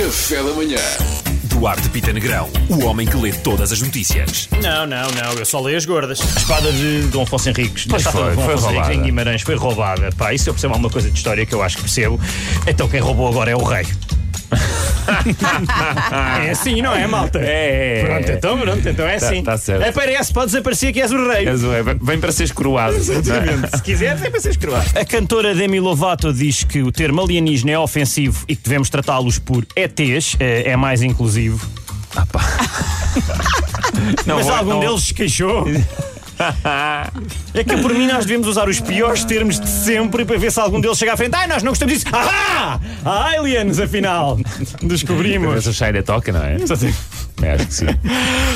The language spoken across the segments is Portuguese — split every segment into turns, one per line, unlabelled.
Café da manhã.
Duarte Pita Negrão, o homem que lê todas as notícias.
Não, não, não, eu só leio as gordas. A espada de Dom Afonso Henriques, da
Pois
estátua
foi,
de Dom
foi
Afonso Henriques em
roubada.
Guimarães, foi roubada. Pá, isso eu percebo alguma coisa de história que eu acho que percebo. Então quem roubou agora é o rei. é assim, não é, malta?
É, é, é.
Pronto, então, pronto, então é
Tá-
assim.
tá certo.
Aparece, podes aparecer que és o rei.
És o- Vem para ser escroado.
Se quiseres, é para ser escroado. A cantora Demi Lovato diz que o termo alienígena é ofensivo e que devemos tratá-los por ETs, é, é mais inclusivo.
Ah, Não,
Mas
vou-
algum
não-
deles se queixou. É que por mim nós devemos usar os piores termos de sempre para ver se algum deles chega à frente. Ai, nós não gostamos disso. Ah! Aliens, afinal.
Mas
Descobrimos.
a Shaira toca, não é? É, Acho que sim.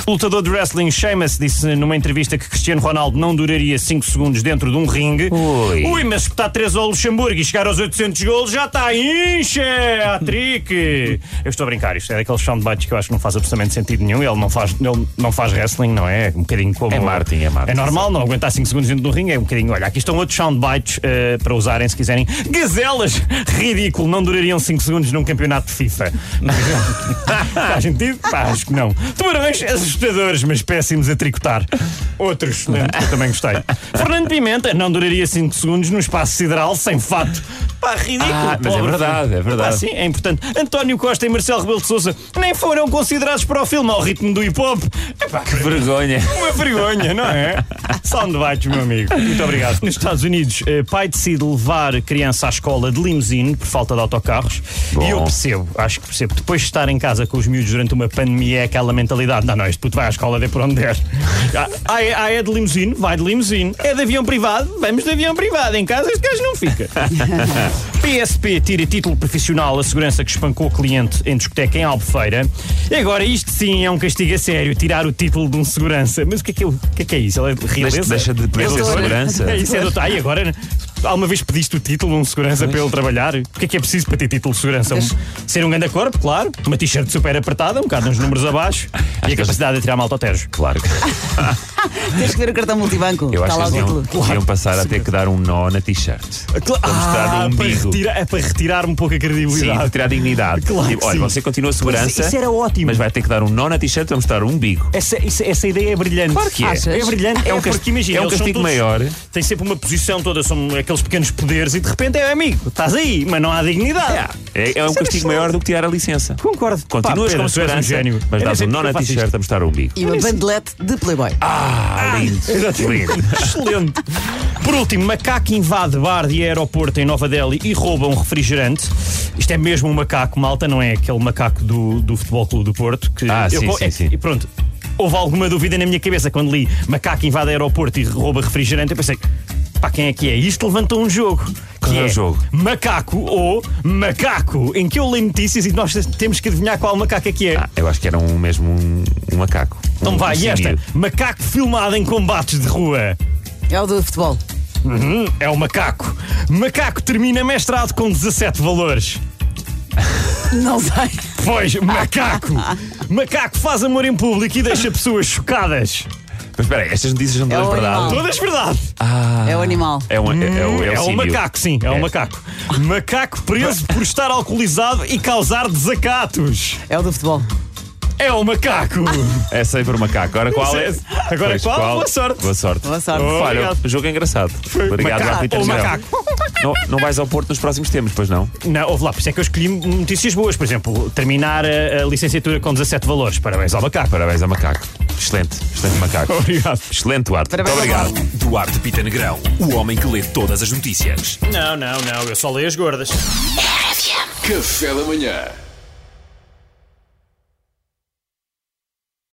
O lutador de wrestling Sheamus disse numa entrevista que Cristiano Ronaldo não duraria 5 segundos dentro de um ringue.
Ui.
Ui, mas espetar 3 ao Luxemburgo e chegar aos 800 golos já está incha, a trick. Eu estou a brincar, isto é daqueles soundbites que eu acho que não faz absolutamente sentido nenhum. Ele não faz, ele não faz wrestling, não é? Um bocadinho como.
É marketing, é marketing.
É normal, não aguentar 5 segundos dentro do ringue é um bocadinho. Olha, aqui estão outros soundbites eh, para usarem se quiserem. Gazelas! Ridículo, não durariam 5 segundos num campeonato de FIFA. Faz sentido? Pá, acho que não. Tubarões assustadores, mas péssimos a tricotar. Outros, né, que eu também gostei. Fernando Pimenta não duraria 5 segundos num espaço sideral sem fato. Pá, ridículo.
Ah, mas é
pobre
verdade, é
Pá,
verdade.
sim, é importante. António Costa e Marcelo Rebelo de Souza nem foram considerados para o filme ao ritmo do hip hop. Epá,
Que vergonha.
uma vergonha, não é? Soundbites, meu amigo. Muito obrigado. Nos Estados Unidos, eh, pai decide levar a criança à escola de limusine por falta de autocarros.
Bom.
E eu percebo, acho que percebo. Depois de estar em casa com os miúdos durante uma pandemia, é aquela mentalidade: não, não, este puto vai à escola, dê por onde der. Ah, Ah, é, ah, é de limusine? Vai de limusine. É de avião privado? Vamos de avião privado. Em casa, este gajo não fica. PSP tira título profissional a segurança que espancou o cliente em discoteca em Albufeira. E agora, isto sim é um castigo a sério, tirar o título de um segurança. Mas o que é, que é, o que é, que é isso? Ele é
Deixa,
realeza?
deixa de poder ser
Ele-
segurança.
É isso, é doutor. Ai, agora, alguma vez pediste o título de um segurança para ele trabalhar? O que é que é preciso para ter título de segurança? Um- ser um grande corpo, claro. Uma t-shirt super apertada, um bocado nos números abaixo.
é
E a capacidade de tirar malta ao tejo.
Claro.
Tens que ver o cartão multibanco.
Eu
Está
acho que
lá o
eles
título.
iam, iam passar a ter que dar um nó na t-shirt. mostrar
Ah,
um
para
umbigo.
retirar, é para retirar um pouco a
Sim,
credibilidade.
de tirar dignidade.
Claro que
Tipo, olha,
sim. é,
você continua segurança.
Isso- isso era ótimo.
Mas vai ter que dar um nó na t-shirt um para mostrar o umbigo.
Essa, isso- essa ideia é brilhante.
Claro que é.
Achas?
É brilhante. É,
um
porque,
casti-
imagina,
é um
eles são
castigo
todos-
maior.
Tem sempre uma posição toda, são aqueles pequenos poderes e de repente é amigo. Estás aí, mas não há dignidade.
É, é um
Isso é
castigo
excelente.
maior do que tirar a licença.
Concordo.
Continuas
Pá,
com
Pedro, tu és
segurança,
um gênio.
mas dás
Eu
um
nem sei
nó
porque
na
eu faço
t-shirt
isto.
a mostrar o umbigo.
E uma bandelete de Playboy.
Ah, lindo. Lindo.
Excelente. Por último, macaco invade bar de aeroporto em Nova Delhi e rouba um refrigerante. Isto é mesmo um macaco, malta, não é aquele macaco do, do Futebol Clube do Porto. Que
Ah, sim,
po-
sim,
é-
sim.
E pronto. Houve alguma dúvida na minha cabeça quando li macaco invade aeroporto e rouba refrigerante. Eu pensei, pá, quem é que é? Isto levantou um jogo.
Qual
que
é o jogo?
Macaco ou macaco, em que eu leio notícias e nós temos que adivinhar qual macaco é que é.
Ah, eu acho que era um, mesmo um, um macaco.
então
um,
vai,
um
e esta?
símio.
Macaco filmado em combates de rua.
É o do futebol.
Hum, é o macaco. Macaco termina mestrado com 17 valores.
Não sei.
Pois, macaco! Macaco faz amor em público e deixa pessoas chocadas.
Mas espera aí, estas notícias não
É
são
um
todas verdade.
animal.
Todas verdade.
É o animal.
É um, é, é, o- é, o
um
símio.
macaco, sim, é,
É.
um macaco. Macaco preso por estar alcoolizado e causar desacatos.
É o do futebol.
É o macaco!
É sempre o macaco. Agora qual é?
sei. Agora
Pois,
qual? Boa sorte.
Boa sorte.
Boa sorte.
Olha,
Obrigado. um
jogo é engraçado. Obrigado,
macaco
Arthur
ou
Teixeira.
macaco?
Não, não vais ao Porto nos próximos tempos, pois não?
Não, houve lá, por isso é que eu escolhi notícias boas. Por exemplo, terminar a, a licenciatura com 17 valores. Parabéns ao macaco.
Parabéns ao macaco. Excelente, excelente macaco.
Obrigado.
Excelente, Duarte. Muito
Parabéns ao
obrigado.
Duarte Pita Negrão, o homem que lê todas as notícias.
Não, não, não, eu só leio as gordas.
Café da manhã.